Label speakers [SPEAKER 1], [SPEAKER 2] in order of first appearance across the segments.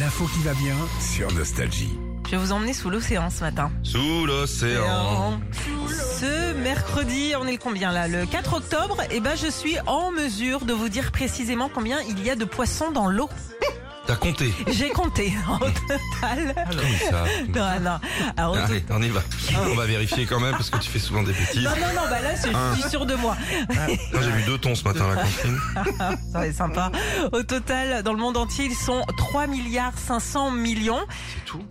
[SPEAKER 1] L'info qui va bien sur Nostalgie.
[SPEAKER 2] Je vais vous emmener sous l'océan ce matin.
[SPEAKER 3] Sous l'océan.
[SPEAKER 2] Ce mercredi, on est le combien là Le 4 octobre, et ben je suis en mesure de vous dire précisément combien il y a de poissons dans l'eau.
[SPEAKER 3] T'as compté
[SPEAKER 2] J'ai compté en total.
[SPEAKER 3] Comme ça.
[SPEAKER 2] Non, non. Alors, au
[SPEAKER 3] Allez, on y va. On va vérifier quand même parce que tu fais souvent des bêtises.
[SPEAKER 2] Ah. Non, non, non, bah là, je suis sûre de moi.
[SPEAKER 3] Non, J'ai vu deux tons ce matin à la cantine.
[SPEAKER 2] Ça va être sympa. Au total, dans le monde entier, ils sont 3 milliards 500 millions.
[SPEAKER 3] C'est tout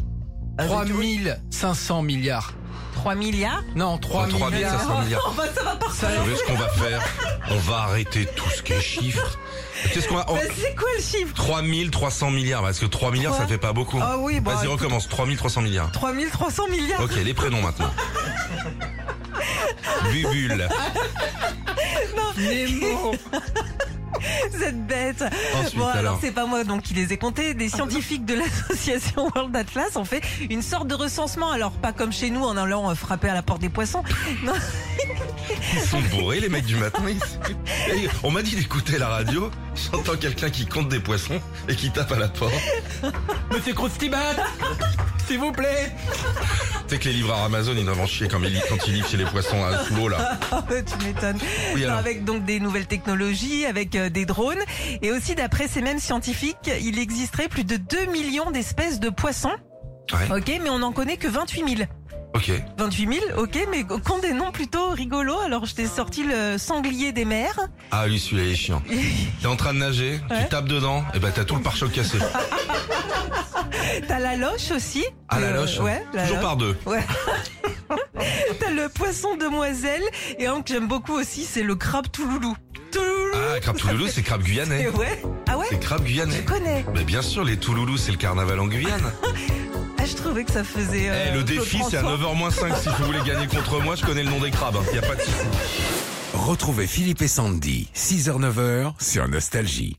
[SPEAKER 4] 3500 milliards.
[SPEAKER 2] 3 milliards
[SPEAKER 4] Non, 3
[SPEAKER 3] 3
[SPEAKER 4] milliards.
[SPEAKER 3] 500 milliards.
[SPEAKER 2] Oh, bah, ça va partir.
[SPEAKER 3] Vous savez ce qu'on va faire On va arrêter tout ce qui est chiffres. Tu sais ce qu'on va... oh,
[SPEAKER 2] Bah, c'est quoi le chiffre
[SPEAKER 3] 3300 milliards, parce que 3 milliards ça
[SPEAKER 2] Trois.
[SPEAKER 3] fait pas beaucoup.
[SPEAKER 2] Ah oui, bah,
[SPEAKER 3] Vas-y,
[SPEAKER 2] écoute.
[SPEAKER 3] recommence. 3300 milliards.
[SPEAKER 2] 3300 milliards.
[SPEAKER 3] Ok, les prénoms maintenant. Bubule,
[SPEAKER 4] Nemo.
[SPEAKER 2] Cette bête.
[SPEAKER 3] Ensuite,
[SPEAKER 2] bon, alors,
[SPEAKER 3] alors.
[SPEAKER 2] c'est pas moi donc qui les ai comptés. Des scientifiques de l'association World Atlas ont fait une sorte de recensement. Alors, pas comme chez nous en allant euh, frapper à la porte des poissons. Non,
[SPEAKER 3] ils sont bourrés les mecs du matin. Hey, on m'a dit d'écouter la radio, j'entends quelqu'un qui compte des poissons et qui tape à la porte.
[SPEAKER 4] Monsieur Krusty Bat, s'il vous plaît.
[SPEAKER 3] Tu sais que les livreurs Amazon, ils doivent en chier quand ils, quand ils livrent chez les poissons à sous l'eau, là.
[SPEAKER 2] Ah, tu m'étonnes.
[SPEAKER 3] Oui,
[SPEAKER 2] Non,
[SPEAKER 3] alors.
[SPEAKER 2] avec donc des nouvelles technologies, avec euh, des drones. Et aussi, d'après ces mêmes scientifiques, il existerait plus de 2 millions d'espèces de poissons.
[SPEAKER 3] Ouais.
[SPEAKER 2] Ok, mais on n'en connaît que 28 000.
[SPEAKER 3] Ok.
[SPEAKER 2] 28 000, ok, mais qu'on des noms plutôt rigolos. Alors, je t'ai sorti le sanglier des mers.
[SPEAKER 3] Ah, lui, celui-là, il est chiant. T'es en train de nager,
[SPEAKER 2] Ouais. Ah,
[SPEAKER 3] tu tapes dedans, et bah t'as tout le pare-choc cassé.
[SPEAKER 2] T'as la loche aussi.
[SPEAKER 3] Ah, la
[SPEAKER 2] Euh,
[SPEAKER 3] loche.
[SPEAKER 2] Ouais, la
[SPEAKER 3] Toujours
[SPEAKER 2] loche.
[SPEAKER 3] par deux.
[SPEAKER 2] T'as le poisson demoiselle. Et un que j'aime beaucoup aussi, c'est le crabe touloulou. Touloulou.
[SPEAKER 3] Ah, crabe touloulou, c'est crabe
[SPEAKER 2] Et
[SPEAKER 3] guyanais.
[SPEAKER 2] ouais. Ah ouais
[SPEAKER 3] C'est crabe
[SPEAKER 2] Je
[SPEAKER 3] guyanais.
[SPEAKER 2] connais.
[SPEAKER 3] Mais bien sûr, les touloulous, c'est le carnaval en Guyane.
[SPEAKER 2] Ah, je trouvais que ça faisait.
[SPEAKER 3] Eh,
[SPEAKER 2] euh,
[SPEAKER 3] le
[SPEAKER 2] Claude
[SPEAKER 3] défi, c'est à
[SPEAKER 2] François.
[SPEAKER 3] 9h 5. Si vous voulez gagner contre moi, je connais le nom des crabes. hein. Y a pas de souci.
[SPEAKER 1] Retrouvez Philippe et Sandy, 6h-9h sur Nostalgie.